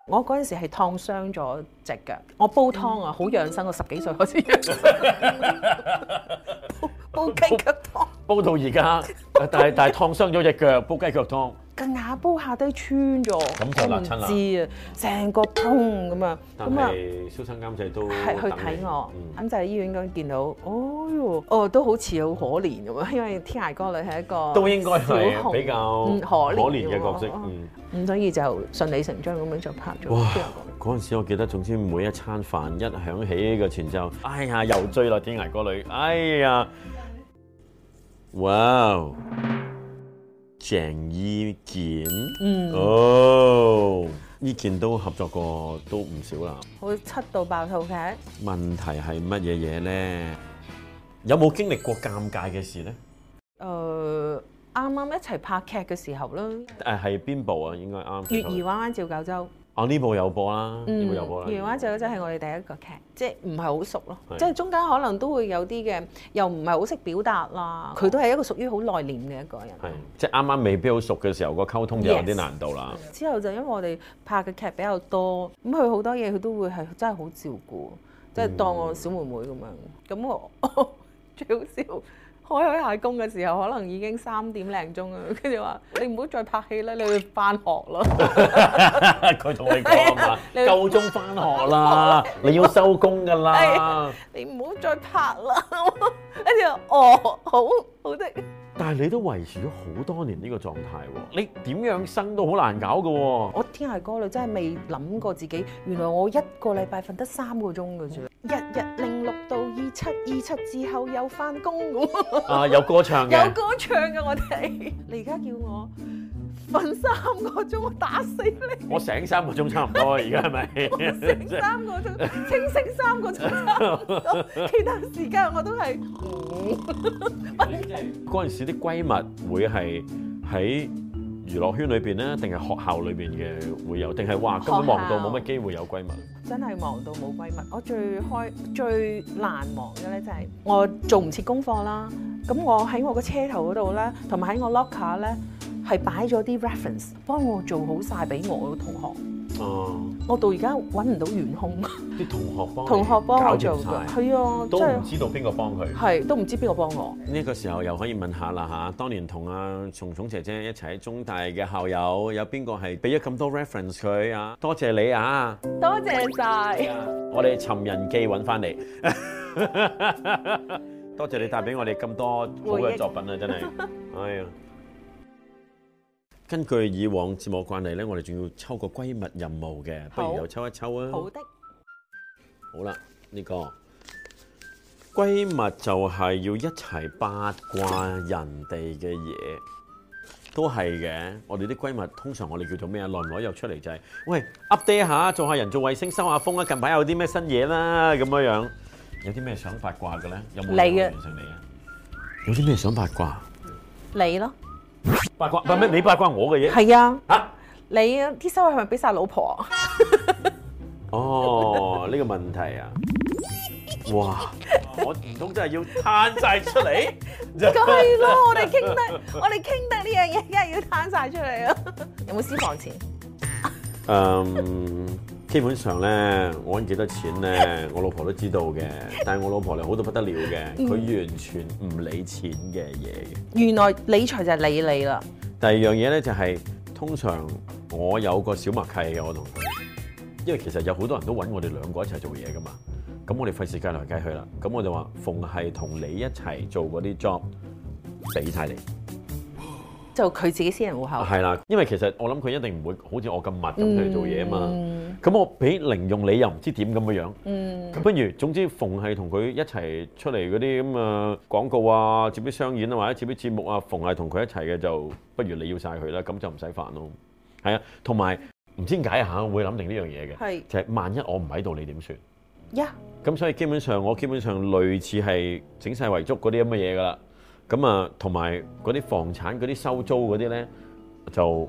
Speaker 5: 我嗰陣時係燙傷咗隻腳，我煲湯
Speaker 1: 嗯
Speaker 5: 啊，好養生，我十幾歲開始 養生，煲煲雞腳湯。
Speaker 1: 煲到而家， 但係但係燙傷咗只腳，煲雞腳湯。
Speaker 5: 個牙煲下低穿咗，
Speaker 1: 咁就
Speaker 5: 我
Speaker 1: 辣
Speaker 5: 唔
Speaker 1: 親啦
Speaker 5: 知啊，成個通咁啊，
Speaker 1: 但
Speaker 5: 咁啊。
Speaker 1: 係蕭生監製都
Speaker 5: 係
Speaker 1: 等
Speaker 5: 去
Speaker 1: 你
Speaker 5: 睇我，咁、
Speaker 1: 嗯
Speaker 5: 就喺醫院嗰度見到，哦喲，哦都好似好可憐咁啊，因為天涯歌女係一個
Speaker 1: 都應該
Speaker 5: 小
Speaker 1: 係
Speaker 5: 紅
Speaker 1: 比較
Speaker 5: 嗯
Speaker 1: 可憐嘅角色。
Speaker 5: 喎
Speaker 1: 嗯，
Speaker 5: 咁所以就順理成章咁樣就拍咗
Speaker 1: 哇
Speaker 5: 天涯歌女。！
Speaker 1: 嗰陣時我記得，總之每一餐飯一響起個前奏，哎呀又追啦《天涯歌女》，哎呀，哇！鄭伊健，
Speaker 5: 嗯，
Speaker 1: 哦，伊健都合作過都唔少啦。
Speaker 5: 好七到爆套劇，
Speaker 1: 問題係乜嘢嘢呢？有冇經歷過尷尬嘅事呢？
Speaker 5: 誒呃啱啱一齊拍劇嘅時候啦，
Speaker 1: 誒係邊部啊？應該啱。
Speaker 5: 《月兒灣灣照嗯九州》。
Speaker 1: 哦，呢部有播啦，呢部有啊播啦。
Speaker 5: 原話就真係我哋第一個劇，即係唔係好熟咯，
Speaker 1: 係
Speaker 5: 即係中間可能都會有啲嘅，又唔係好識表達啦。佢都係一個屬於好內斂嘅一個人。
Speaker 1: 係，即係啱啱未必好熟嘅時候，個溝通就有啲難度啦。
Speaker 5: 之後就因為我哋拍嘅劇比較多，咁佢好多嘢佢都會係真係好照顧，即係當我小妹妹咁樣。咁我 最好笑。開開下工嘅時候，可能已經三點零鐘啦，跟住話你唔好再拍戲啦，你去翻學啦。
Speaker 1: 佢同你講啊嘛，
Speaker 5: 你
Speaker 1: 夠鐘翻學 啦，你要收工㗎啦。
Speaker 5: 你唔好再拍 啦。跟住我哦，好好的。
Speaker 1: 但係你都維持咗好多年呢個狀態喎，你點樣生都好難搞㗎 喎。
Speaker 5: 我天涯歌女真係未諗過自己，原來我一個禮拜瞓得三個鐘嘅啫，日日零六到二七，二七之後又翻工咁。
Speaker 1: 啊，有歌唱
Speaker 5: 有
Speaker 1: 嘅，
Speaker 5: 歌唱嘅我哋，你而家叫我瞓三個鐘，我打死你！
Speaker 1: 我醒三個鐘差唔多，而家係咪？
Speaker 5: 醒
Speaker 1: 即係
Speaker 5: 三個鐘， 清醒三個鐘差唔 多，其他時間我都係
Speaker 1: 嗰陣時啲閨蜜會係喺娛樂圈裏邊咧，定係學校裏邊嘅會有，定係哇根本忙到冇乜機會有閨蜜。
Speaker 5: 真係忙到冇閨蜜。我最開最難忘嘅咧就係我做唔切功課啦，咁我喺我個車頭嗰度咧，同埋喺我 locker 咧係擺咗啲 reference，幫我做好晒俾我嘅同學。
Speaker 1: 哦，
Speaker 5: 我到而家揾唔到元兇，
Speaker 1: 啲同學幫你
Speaker 5: 同學幫
Speaker 1: 哦
Speaker 5: 我
Speaker 1: 搞掂
Speaker 5: 做
Speaker 1: 晒
Speaker 5: 㗎，係啊，
Speaker 1: 都
Speaker 5: 真
Speaker 1: 唔
Speaker 5: 係
Speaker 1: 知道邊個幫佢。
Speaker 5: 係都唔知邊個幫我。
Speaker 1: 呢個時候又可以問下啦嚇，當年同阿松松姐姐一齊喺中大嘅校友，有邊個係俾咗咁多 reference 佢啊？多謝你啊！
Speaker 5: 多謝晒。
Speaker 1: 我哋尋人記揾翻嚟， 多謝你帶俾我哋咁多好嘅作品啊！真係，哎呀！根據以往節目慣例咧，我哋仲要抽個閨蜜任務嘅，不
Speaker 5: 好
Speaker 1: 如又抽一抽啊！
Speaker 5: 好的，
Speaker 1: 好啦，呢、個閨蜜就係要一齊八卦人哋嘅嘢。都係嘅。我哋啲閨蜜通常我哋叫做咩啊？耐唔耐又出嚟就係、喂 update 下，做下人造衛星，收下風啊！近排有啲咩新嘢啦咁樣樣，有啲咩想八卦嘅咧？有冇
Speaker 5: 你嘅
Speaker 1: 人完成你啊？有啲咩想八卦？
Speaker 5: 你咯，
Speaker 1: 八卦八咩？你八卦我嘅嘢
Speaker 5: 係啊，
Speaker 1: 嚇？
Speaker 5: 你啊啲收入係咪俾晒老婆啊？
Speaker 1: 哦，呢、個問題啊！哇！我唔通真係要攤晒出嚟？
Speaker 5: 梗係咯，我哋 傾得，我哋傾得呢樣嘢，梗係要攤晒出嚟啊！有冇私房錢？
Speaker 1: 嗯，基本上咧，我揾幾多錢咧，我老婆都知道嘅。但係我老婆咧好到不得了嘅，佢完全唔理錢嘅嘢嘅。
Speaker 5: 原來理財就係理你啦，
Speaker 1: 第二樣嘢咧就係、通常我有個小默契嘅，我同佢，因為其實有好多人都揾我哋兩個一齊做嘢噶嘛。咁我哋費事計來計去啦。咁我就話，逢係同你一齊做嗰啲 job，俾晒你。
Speaker 5: 就佢自己私人户口。
Speaker 1: 係啦，因為其實我諗佢一定唔會好似我咁密咁出嚟做嘢啊嘛。咁、我俾零用你又唔知點咁嘅樣。
Speaker 5: 嗯，
Speaker 1: 咁不如總之逢係同佢一齊出嚟嗰啲咁嘅廣告啊、接啲商演啊或者接啲節目啊，逢係同佢一齊嘅就不如你要晒佢啦，咁就唔使煩咯。係啊，同埋唔知點解嚇，我會諗定呢樣嘢嘅，
Speaker 5: 係
Speaker 1: 就係萬一我唔喺度，你點算？
Speaker 5: 呀，
Speaker 1: 咁所以基本上我基本上類似係整晒遺囑嗰啲咁嘅嘢噶啦。咁啊，同埋嗰啲房產嗰啲收租嗰啲咧，就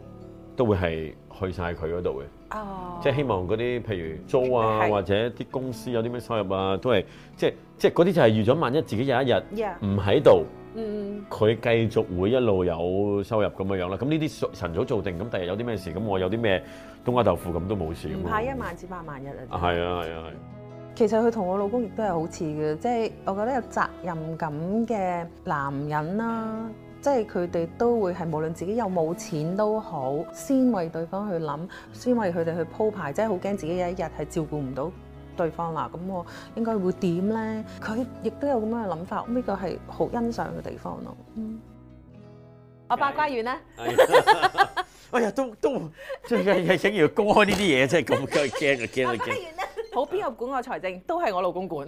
Speaker 1: 都會係去晒佢嗰度嘅。
Speaker 5: 哦，
Speaker 1: 即係希望嗰啲譬如租啊，
Speaker 5: 係
Speaker 1: 或者啲公司有啲咩收入啊，都係即係即係嗰啲就係預咗，萬一自己有一日
Speaker 5: Yeah
Speaker 1: 唔喺度，
Speaker 5: 嗯，
Speaker 1: 佢繼續會一路有收入咁樣樣啦。咁呢啲晨早做定，咁第日有啲咩事，咁我有啲咩冬瓜豆腐咁都冇事咁
Speaker 5: 唔
Speaker 1: 咯。
Speaker 5: 怕一萬至八萬一啊
Speaker 1: 啊，！係啊，係啊，係。
Speaker 5: 其實佢同我老公亦都係好似嘅，即係我覺得有責任感嘅男人啦，即係佢哋都會係無論自己有冇錢都好，先為對方去諗，先為佢哋去鋪排，即係好驚自己有一日係照顧唔到。對方啦，咁我應該會點呢？佢亦都有咁樣嘅諗法，呢個係好欣賞嘅地方咯。嗯，我八卦完咧，
Speaker 1: 哎呀，都都即係請要公開呢啲嘢，真係咁驚啊驚啊驚！
Speaker 5: 好邊個管我財政都係我老公管。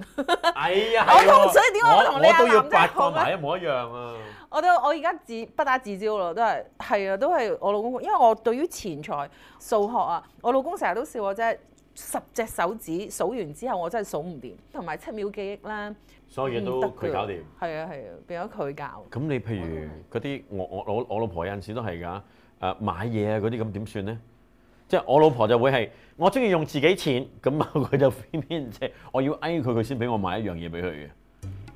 Speaker 1: 哎呀，
Speaker 5: 我
Speaker 1: 係喎
Speaker 5: 同所以點解我同你
Speaker 1: 我都
Speaker 5: 阿
Speaker 1: 要
Speaker 5: 男
Speaker 1: 八
Speaker 5: 真係
Speaker 1: 卦
Speaker 5: 好
Speaker 1: 埋一模一樣啊！
Speaker 5: 我都我而家自不打自招咯，都係係啊，都係我老公，因為我對於錢財數學啊，我老公成日都笑我啫，十隻手指數完之後我真係數唔掂，同埋七秒記憶咧，
Speaker 1: 所有嘢哦都佢搞掂。
Speaker 5: 係啊係啊，變咗佢教。
Speaker 1: 咁你譬如嗰啲我我我我老婆有陣時都係㗎，誒、買嘢啊嗰啲咁點算咧？即係我老婆就會係我中意用自己錢，咁啊 佢就偏偏即係我要翳佢，佢先俾我買一樣嘢俾佢嘅。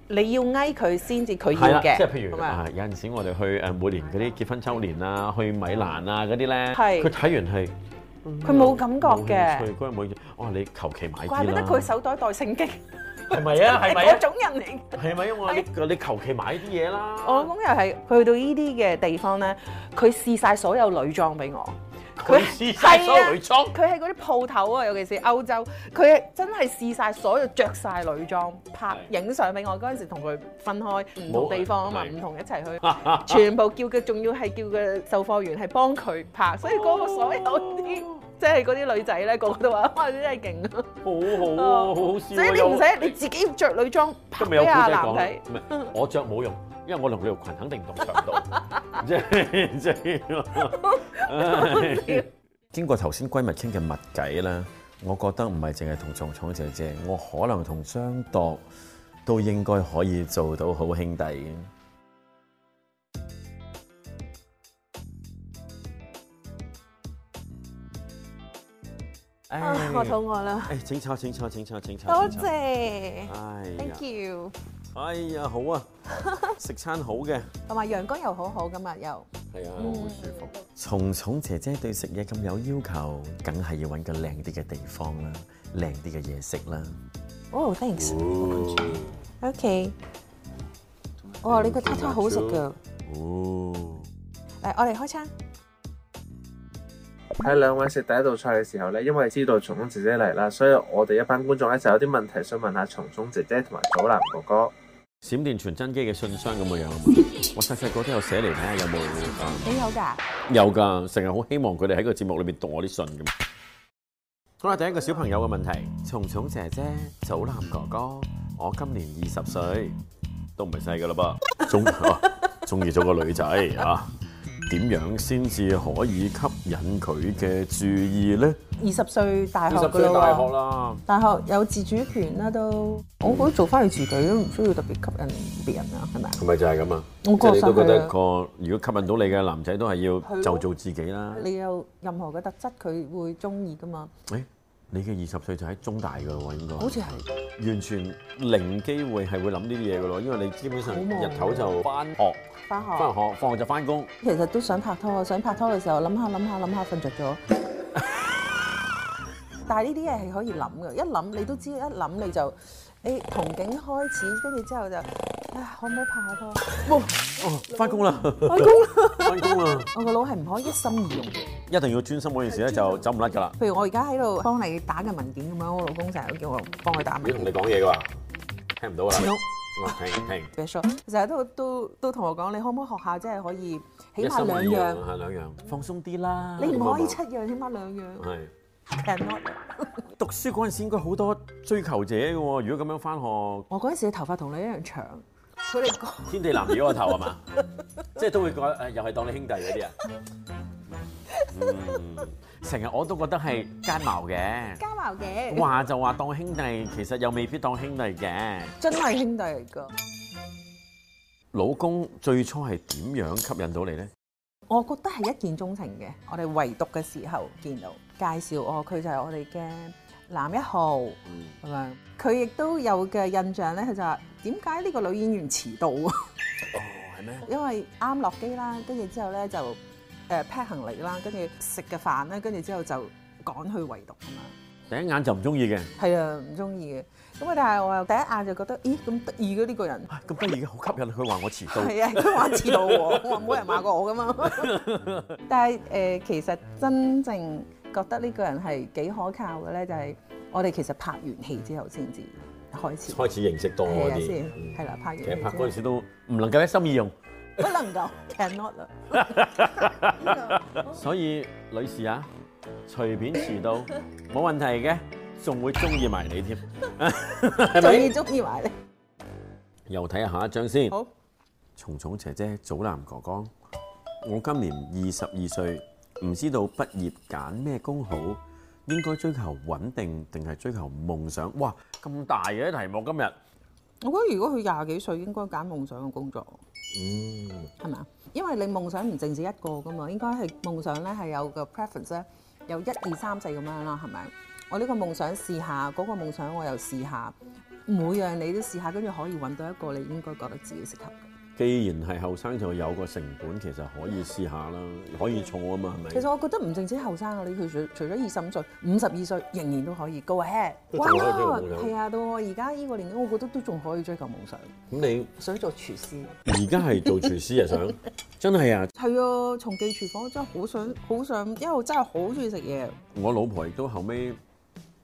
Speaker 5: 你要翳佢先至佢
Speaker 1: 係啦
Speaker 5: 要，嘅，
Speaker 1: 即係譬如
Speaker 5: 咁啊
Speaker 1: 啊，有陣時我哋去誒每年嗰啲結婚周年啊，去米蘭啊嗰啲咧，
Speaker 5: 係
Speaker 1: 佢睇完係
Speaker 5: 佢冇感覺
Speaker 1: 冇興
Speaker 5: 嘅，
Speaker 1: 趣，嗰日冇興趣，我話你求其買
Speaker 5: 怪
Speaker 1: 啲
Speaker 5: 不得
Speaker 1: 啦，
Speaker 5: 佢手袋袋聖經，
Speaker 1: 係咪啊？係
Speaker 5: 係
Speaker 1: 咪啊
Speaker 5: 嗰？種人嚟。
Speaker 1: 係咪啊？我話你你求其買啲嘢啦。
Speaker 5: 我老公又係佢去到呢啲嘅地方咧，佢試晒所有女裝俾我。佢
Speaker 1: 試晒所有女裝
Speaker 5: 係啊佢喺嗰啲鋪頭啊，尤其是歐洲，佢真係試晒所有着晒女裝拍影相俾我。嗰陣時同佢分開唔同地方啊嘛，
Speaker 1: 冇係
Speaker 5: 唔同一 齊去，全部叫佢，仲要係叫嘅售貨員係幫佢拍，所以嗰個所有啲。
Speaker 1: 哦
Speaker 5: 即係嗰啲女仔咧，個個都話：哇，你真係勁啊！
Speaker 1: 好好啊，好好笑
Speaker 5: 所
Speaker 1: 啊！
Speaker 5: 以你
Speaker 1: 有
Speaker 5: 唔使你自己着女裝拍
Speaker 1: 今日有
Speaker 5: 俾
Speaker 1: 古仔
Speaker 5: 阿
Speaker 1: 講
Speaker 5: 啊男
Speaker 1: 啦
Speaker 5: 睇，，
Speaker 1: 唔係我着冇用，因為我同你條裙肯定唔同 長度，即係即係。經過頭先閨蜜傾嘅密偈啦，我覺得唔係淨係同蟲蟲姐姐，我可能同張度都應該可以做到好兄弟嘅。
Speaker 5: 啊，我肚餓啦，
Speaker 1: 誒，請坐，請坐，請坐，請坐。
Speaker 5: 多
Speaker 1: 請坐。
Speaker 5: 謝
Speaker 1: 哎呀
Speaker 5: ，thank，you。
Speaker 1: 哎呀，好啊，食餐好嘅。
Speaker 5: 同埋陽光又好好今日又
Speaker 1: 係啊，好舒服。蟲蟲姐姐對食嘢咁有要求，梗係要揾個靚啲嘅地方啦，靚啲嘅嘢食啦。
Speaker 5: 哦，thanks。OK。哇！
Speaker 1: 嗯
Speaker 5: 你個塔塔好食㗎。
Speaker 1: 哦，
Speaker 5: 嚟，我哋開餐。
Speaker 4: 喺兩位食第一道菜嘅時候呢，因為知道蟲蟲姐姐嚟啦，所以我哋一班觀眾呢就有啲問題想問下蟲蟲姐姐同埋祖藍哥哥。
Speaker 1: 閃電傳真機嘅信箱咁嘅樣啊嘛，我細細個都有寫嚟睇下有冇啊
Speaker 5: 你有㗎？
Speaker 1: 有㗎，成日好希望佢哋喺個節目裏邊讀我啲信咁。好啦，第一個小朋友嘅問題，蟲蟲姐姐、祖藍哥哥，我今年二 哦十歲，都唔係細㗎啦噃，中啊中意咗個女仔啊，點樣先至可以吸引佢嘅注意呢？
Speaker 5: 二十歲大學
Speaker 1: 二十
Speaker 5: 噶
Speaker 1: 歲大學
Speaker 5: 啦，
Speaker 1: 啦，
Speaker 5: 大學有自主權啦都，我覺得做翻佢自己都唔需要特別吸引別人啊，係咪啊？
Speaker 1: 係咪就係咁啊？
Speaker 5: 我
Speaker 1: 即係你
Speaker 5: 覺
Speaker 1: 都覺
Speaker 5: 得係
Speaker 1: 得
Speaker 5: 啊
Speaker 1: 個如果吸引到你嘅男仔都係
Speaker 5: 係
Speaker 1: 要
Speaker 5: 咯
Speaker 1: 就做自己啦。
Speaker 5: 你有任何嘅特質，佢會中意噶嘛？
Speaker 1: 誒，你嘅二十歲就喺中大噶喎，應該
Speaker 5: 好似係
Speaker 1: 完全零機會係會諗呢啲嘢噶咯，因為你基本上
Speaker 5: 好忙啊
Speaker 1: 日頭就翻學，
Speaker 5: 翻學。
Speaker 1: 翻學放學就翻工。
Speaker 5: 其實都想拍拖啊！想拍拖嘅時候諗下諗下諗下瞓着咗。 但係呢啲嘢係可以諗嘅，一諗你都知，一諗你就誒、憧憬開始，跟住之後就啊可唔可以拍下拖？
Speaker 1: 哦，翻工啦， 翻工啦，
Speaker 5: 我個腦係唔可以一心二用嘅。
Speaker 1: 一定要專心嗰件事咧，就走唔甩噶啦。
Speaker 5: 譬如我而家喺度幫你打緊文件咁樣，我老公成日都叫我幫佢打文
Speaker 1: 如果同
Speaker 5: 件。
Speaker 1: 你講嘢嘅話，聽唔到啊哦啦。
Speaker 5: No
Speaker 1: 我停停，
Speaker 5: 別疏，成日都都都同我講，你可唔可以學下，即係可以起
Speaker 1: 一心
Speaker 5: 碼
Speaker 1: 二
Speaker 5: 兩
Speaker 1: 用啊
Speaker 5: 樣，
Speaker 1: 係兩樣，放鬆啲啦。
Speaker 5: 你唔可以
Speaker 1: 咁
Speaker 5: 七樣，起碼兩樣
Speaker 1: 啊。係。
Speaker 5: Cannot
Speaker 1: 讀書嗰陣時應該好多追求者嘅喎，如果咁樣翻學，
Speaker 5: 我嗰陣時嘅頭髮同你一樣長，佢哋講
Speaker 1: 天地男兒嗰個頭 係嘛？即係都會覺得誒，又係當你兄弟嗰啲啊。嗯，成日我都覺得係奸謀嘅，
Speaker 5: 加矛嘅。
Speaker 1: 話就話當兄弟，其實又未必當兄弟嘅。
Speaker 5: 真係兄弟嚟㗎。
Speaker 1: 老公最初係點樣吸引到你咧？
Speaker 5: 我覺得係一見鐘情嘅，我哋唯獨嘅時候見到介紹我，佢就係我哋嘅男一號咁樣。佢亦都有嘅印象咧，佢就話點解呢個女演員遲到 啊？
Speaker 1: 係咩？
Speaker 5: 因為啱落機啦，跟住之後咧就誒 pack 行李啦，跟住食嘅飯啦，跟住之後就趕去唯獨咁樣。
Speaker 1: 第一眼就唔中意嘅，
Speaker 5: 係啊，唔中意嘅。咁啊，但係我又第一眼就覺得，咦咁得意嘅呢個人。
Speaker 1: 啊咁得意嘅，好吸引。佢話我遲到，
Speaker 5: 係啊，佢話遲到喎，我話冇人話過我噶嘛。啊 但係誒、其實真正覺得呢個人係幾可靠嘅咧，就係、我哋其實拍完戲之後先至開始，
Speaker 1: 開始認識多
Speaker 5: 係啊
Speaker 1: 啲。
Speaker 5: 先
Speaker 1: 嗯
Speaker 5: 係啦，拍完
Speaker 1: 其
Speaker 5: 戲
Speaker 1: 實拍
Speaker 5: 之
Speaker 1: 嗰
Speaker 5: 後
Speaker 1: 陣時都唔能夠一心二用。
Speaker 5: 不能夠 cannot 啦。
Speaker 1: 所以女士啊，隨便遲到冇問題嘅，仲會中意埋你添，係
Speaker 5: 仲要
Speaker 1: 咪？
Speaker 5: 中意埋你，
Speaker 1: 又睇下下一張先。
Speaker 5: 好，
Speaker 1: 松松姐姐、祖藍哥哥，我今年二十二歲，唔知道畢業揀咩工好，應該追求穩定定係追求夢想？哇，咁大嘅題目今日，
Speaker 5: 我覺得如果佢廿幾歲應該揀夢想嘅工作，
Speaker 1: 嗯，
Speaker 5: 係咪啊？因為你夢想唔淨止一個噶嘛，應該係夢想咧係有個 preference 咧，有一二三四咁樣啦，係咪？我呢個夢想試下，嗰、個夢想我又試下，每樣你都試下，跟住可以揾到一個你應該覺得自己適合嘅。
Speaker 1: 既然係後生就有個成本，其實可以試下啦，可以錯啊嘛，係咪？
Speaker 5: 其實我覺得唔淨止後生啊，你佢除除咗二十五歲、五十二歲，仍然都可以 go ahead。
Speaker 1: 都仲可以追求夢想
Speaker 5: 係啊，到我而家呢個年紀，我覺得都仲可以追求夢想，
Speaker 1: 咁你
Speaker 5: 想做廚師。
Speaker 1: 而家係做廚師啊，想 真係啊！
Speaker 5: 係啊，從記廚房真係好想，好想，因為我真係好中意食嘢。
Speaker 1: 我老婆亦都後尾，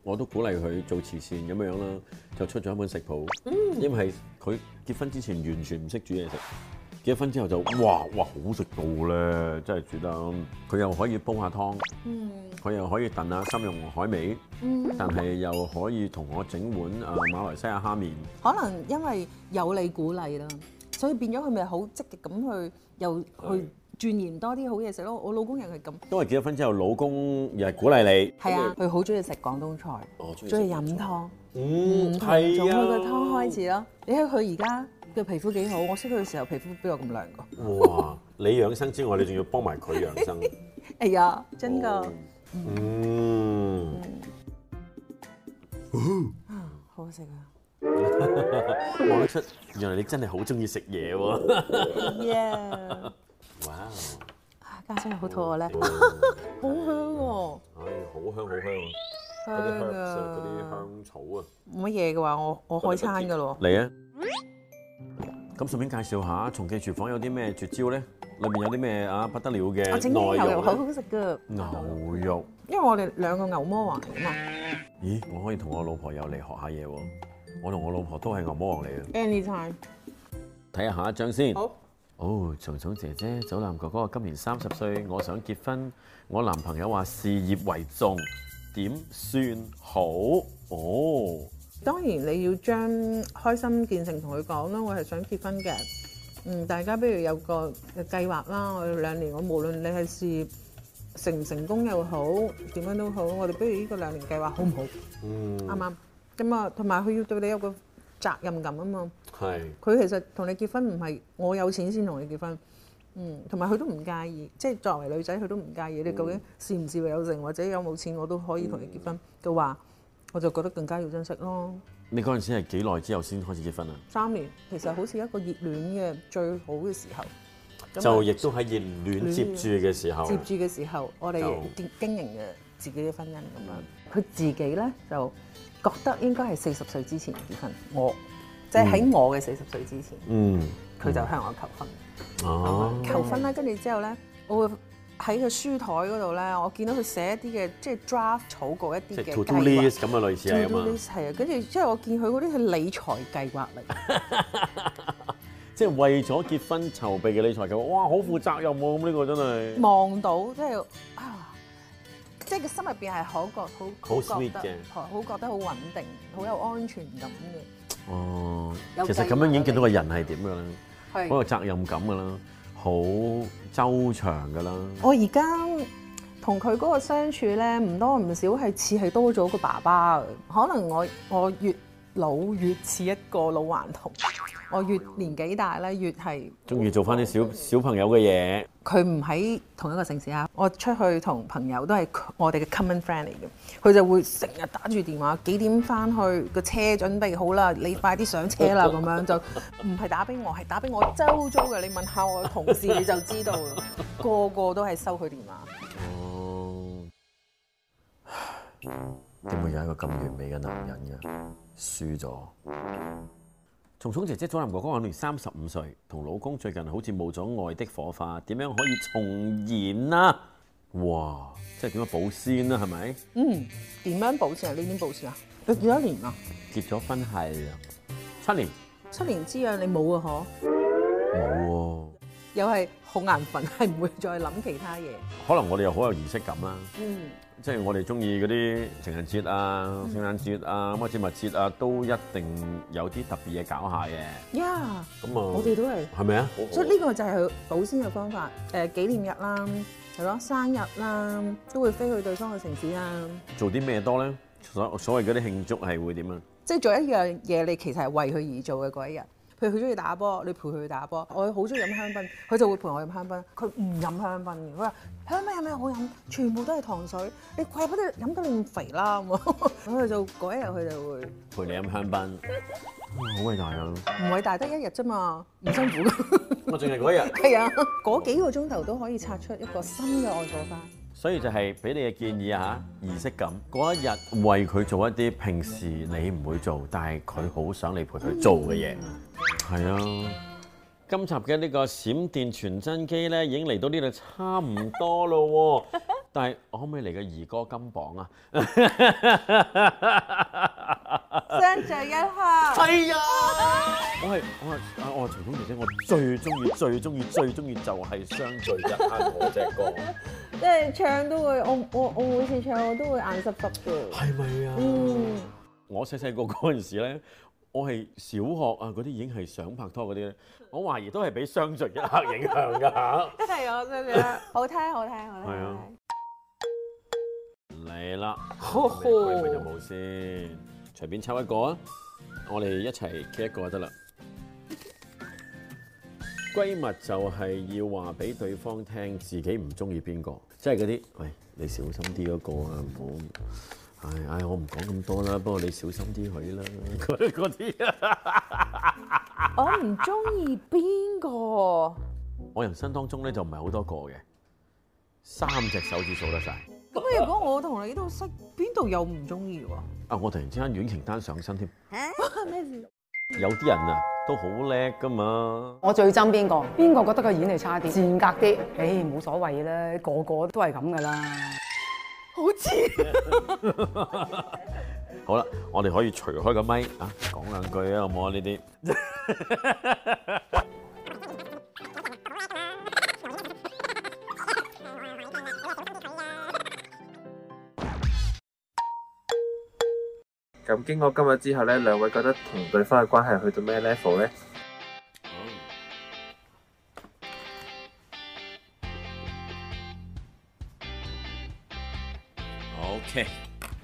Speaker 1: 我都鼓勵佢做慈善咁樣啦，就出咗一本食譜。
Speaker 5: 嗯
Speaker 1: 因為佢結婚之前完全唔識煮嘢食，結咗婚之後就哇哇好食到咧，真係煮得。佢又可以煲下湯，
Speaker 5: 嗯
Speaker 1: 佢又可以燉下參茸海味，但係又可以同我整碗啊馬來西亞蝦麵。
Speaker 5: 可能因為有你鼓勵啦，所以變咗佢咪好積極咁去，又去鑽研多啲好嘢食咯。我老公又係咁，
Speaker 1: 因為結咗婚之後，老公又係鼓勵你。
Speaker 5: 係啊，佢好中意食廣東菜，
Speaker 1: 我中
Speaker 5: 中意飲湯。
Speaker 1: 嗯，
Speaker 5: 嗯，
Speaker 1: 係
Speaker 5: 從
Speaker 1: 啊，
Speaker 5: 佢個湯開始咯。你睇佢而家嘅皮膚幾好，我識佢嘅時候皮膚邊有咁亮噶？
Speaker 1: 哇！你養生之外，你仲要幫埋佢養生，
Speaker 5: 哎呀，真噶，
Speaker 1: 嗯，
Speaker 5: 好好食啊！
Speaker 1: 望得出，原來你真係好中意食嘢 喎。
Speaker 5: 耶！
Speaker 1: 哇！
Speaker 5: 家姐好肚餓咧，啊好香喎，
Speaker 1: 唉，好香好香啊！嗰啲
Speaker 5: 香
Speaker 1: herbs 啊，嗰啲
Speaker 5: 啊！
Speaker 1: 香草啊。
Speaker 5: 冇乜嘢嘅話，我我開餐噶咯。
Speaker 1: 嚟啊！咁順便介紹下，重記廚房有啲咩絕招咧？裏面有啲咩啊不得了嘅
Speaker 5: 我整啲啊
Speaker 1: 內
Speaker 5: 牛油
Speaker 1: 容
Speaker 5: 好
Speaker 1: 呢？
Speaker 5: 好食噶，
Speaker 1: 牛肉，
Speaker 5: 因為我哋兩個牛魔王嚟啊嘛。
Speaker 1: 咦？我可以同我老婆又嚟學下嘢喎。我同我老婆都係牛魔王嚟嘅。
Speaker 5: Anytime，
Speaker 1: 睇下下一張先。
Speaker 5: 好。
Speaker 1: 哦，松松姐姐、祖藍哥哥，今年三十歲，我想結婚。我男朋友話事業為重，點算好？哦，
Speaker 5: 當然你要將開心見誠同佢講啦，我係想結婚嘅。
Speaker 3: 嗯，大家不如有個呃計劃啦。我哋兩年，我無論你係事業成唔成功又好，點樣都好，我哋不如呢個兩年計劃好唔好？
Speaker 7: 嗯，
Speaker 3: 啱唔啱？咁啊，同埋佢要對你有個責任感啊嘛。
Speaker 7: 係
Speaker 3: 佢其實同你結婚唔係我有錢先同你結婚，嗯，同埋佢都唔介意，即係作為女仔佢都唔介意你究竟是唔是有成或者有冇錢，我都可以同你結婚嘅話，我就覺得更加要珍惜咯。
Speaker 1: 你嗰陣時係幾耐之後先開始結婚啊？
Speaker 3: 三年其實好似一個熱戀嘅最好嘅時候，咁啊
Speaker 1: 就亦都喺熱戀接住嘅時候，
Speaker 3: 接住嘅時候，我哋
Speaker 1: 就嗯
Speaker 3: 經經營嘅自己嘅婚姻咁樣。佢自己咧就覺得應該係四十歲之前結婚，我即係喺我嘅四十歲之前，
Speaker 1: 嗯，
Speaker 3: 佢就向我求婚。
Speaker 1: 哦，
Speaker 3: 求婚啦，跟住之後咧，我會喺個書台嗰度咧，我見到佢寫一啲嘅即係 draft 草稿一
Speaker 1: 即
Speaker 3: 啲
Speaker 1: 係
Speaker 3: 嘅
Speaker 1: to
Speaker 3: 計
Speaker 1: do
Speaker 3: 劃
Speaker 1: list。咁嘅類似係咁
Speaker 3: to do
Speaker 1: 啊，
Speaker 3: list 係啊，跟住之後我見佢嗰啲係理財計劃嚟，
Speaker 1: 即係為咗結婚籌備嘅理財計劃，哇，好負責任喎！咁呢個真係
Speaker 3: 望到即係啊，即係個心入邊係好覺好
Speaker 1: 好
Speaker 3: 覺
Speaker 1: sweet
Speaker 3: 得
Speaker 1: 嘅
Speaker 3: 好好覺得好穩定，好有安全感嘅。
Speaker 1: 哦，
Speaker 3: 有
Speaker 1: 其實
Speaker 3: 計劃
Speaker 1: 咁樣已經見到個人係點㗎啦，嗰個
Speaker 3: 係，
Speaker 1: 責任感㗎啦，好周詳㗎啦，
Speaker 3: 我而家同佢嗰個相處咧，唔多唔少係似係多咗個爸爸嘅。可能我我越老越似一個老頑童，我越年紀大咧越係
Speaker 1: 中意做翻啲小小朋友嘅嘢。
Speaker 3: 佢唔喺同一個城市啊！我出去同朋友都係佢我哋嘅 common friend 嚟嘅，佢就會成日打住電話，幾點翻去個車準備好啦，你快啲上車 啦咁樣就唔係打俾我，係打俾我周遭嘅。你問下我同事你就知道啦， 個個都係收佢電話。
Speaker 1: 哦，點會有一個咁完美嘅男人嘅？輸咗。松松姐姐祖藍哥哥話：你三十五歲，同老公最近好似冇咗愛的火花，點樣可以重燃啊？哇！即係點樣保鮮啊啦、係咪？
Speaker 3: 嗯，點樣保持啊？你點保持啊？你幾多年啊？
Speaker 1: 結咗婚係啊七年
Speaker 3: 七年之癢你冇啊？嗬，
Speaker 1: 冇喎，
Speaker 3: 又係好眼瞓，係唔會再諗其他嘢。
Speaker 1: 可能我哋又好有儀式感啦。
Speaker 3: 嗯，
Speaker 1: 即係我哋中意嗰啲情人節啊、聖誕節啊、乜節物節啊，都一定有啲特別嘢搞下嘅。
Speaker 3: 呀，
Speaker 1: 咁
Speaker 3: 我
Speaker 1: 啊，
Speaker 3: 哋都係。
Speaker 1: 係咪啊？
Speaker 3: 所以呢個就係佢保鮮嘅方法。誒、紀念日啦，係咯，生日啦，都會飛去對方嘅城市啊。
Speaker 1: 做啲咩多咧？所所謂嗰啲慶祝係會點啊？
Speaker 3: 即係做一樣嘢，你其實係為佢而做嘅嗰一日。譬如佢中意打波，你陪佢去打波。我好中意飲香檳，佢就會陪我飲香檳。佢唔飲香檳嘅，佢話香檳有咩好飲？全部都係糖水，你怪不得飲得你咁肥啦咁啊咁佢就嗰一日佢就會
Speaker 1: 陪你飲香檳，哇 好偉大啊！
Speaker 3: 唔偉大得一日啫嘛，唔辛苦㗎。
Speaker 1: 我仲係嗰日，
Speaker 3: 係啊，嗰幾個鐘頭都可以擦出一個新嘅愛火花。
Speaker 1: 所以就係俾你嘅建議啊嚇，儀式感嗰一日為佢做一啲平時你唔會做，但係佢好想你陪佢做嘅嘢，係啊。今集嘅呢個閃電傳真機咧，已經嚟到呢度差唔多咯 喎，但係我可唔可以嚟個兒歌金榜 啊？
Speaker 3: 相聚一刻。
Speaker 1: 係啊！我係我係啊我係長姐姐，我最中意最中意最中意就係相聚一刻嗰只歌，
Speaker 3: 即係唱都會，我我我每次唱我都會眼濕濕嘅。
Speaker 1: 係咪啊？
Speaker 3: 嗯，
Speaker 1: 我細細個嗰陣時咧，我係小學啊嗰啲已經係想拍拖嗰啲咧，我懷疑都係俾相聚一刻影響㗎嚇。
Speaker 3: 係啊，真係好聽好聽好聽。
Speaker 1: 係啊嚟啦，
Speaker 3: 好
Speaker 1: 咁你開咪就冇先，隨便抽一個啊！我哋一齊企一個就得啦。閨蜜就係要話俾對方聽自己唔中意邊個，即係嗰啲喂你小心啲嗰個啊，唔好，唉唉，我唔講咁多啦，不過你小心啲佢啦， 嗰嗰啲啊。
Speaker 3: 我唔中意邊個？
Speaker 1: 我人生當中
Speaker 8: 嗯
Speaker 1: 咧就唔係好多個嘅，三隻手指數得晒。
Speaker 3: 咁如果我同你都識，邊度有唔中意喎？
Speaker 1: 啊！我突然之間阮瓊丹上身添，
Speaker 3: 咩事？
Speaker 1: 有啲人啊都好叻噶嘛。
Speaker 8: 我最憎邊個？邊個覺得佢演技差啲、賤格啲？唉，冇所謂啦，個個都係咁噶啦。
Speaker 3: 好似
Speaker 1: 好啦，我哋可以除開個咪啊，講兩句啊，好唔好啊？呢啲
Speaker 4: 咁經過今日之後呢，兩位覺得同對方嘅關係去到咩 level 呢？
Speaker 1: OK，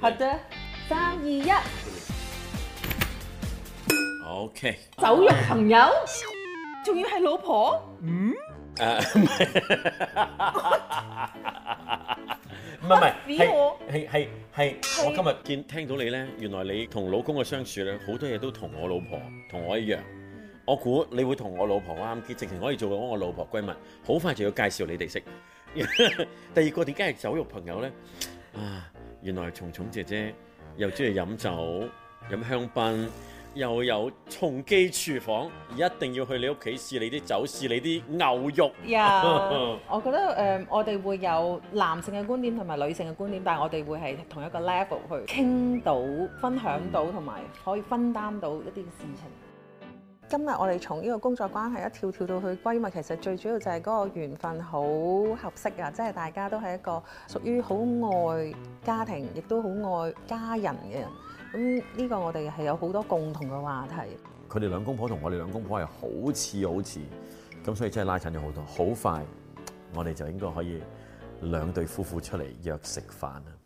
Speaker 3: 好的，
Speaker 9: 三二一，
Speaker 1: OK，
Speaker 9: 酒肉朋友，仲要係老婆，
Speaker 1: 誒唔係，唔係唔係，
Speaker 9: 俾我
Speaker 1: 係係係係，我今日見聽到你咧，原來你同老公嘅相處咧，好多嘢都同我老婆同我一樣。
Speaker 9: 嗯
Speaker 1: 我估你會同我老婆啱結，直情可以做到我老婆閨蜜，好快就要介紹你哋識。 第二個點解係酒肉朋友咧？啊，原來蟲蟲姐姐又中意飲酒、飲香檳，又有松基廚房，一定要去你屋企試你啲酒，試你啲牛肉。
Speaker 3: 呀，我覺得誒、我哋會有男性嘅觀點同埋女性嘅觀點，但係我哋會係同一個 level 去傾到、分享到同埋可以分擔到一啲嘅事情。
Speaker 5: 今日我哋從呢個工作關係一跳跳到去閨蜜，其實最主要就係嗰個緣分好合適啊！即係大家都係一個屬於好愛家庭，亦都好愛家人嘅人。咁呢個我哋係有好多共同嘅話題。
Speaker 10: 佢哋兩公婆同我哋兩公婆係好似好似，咁所以真係拉近咗好多。好快，我哋就應該可以兩對夫婦出嚟約食飯啦。啊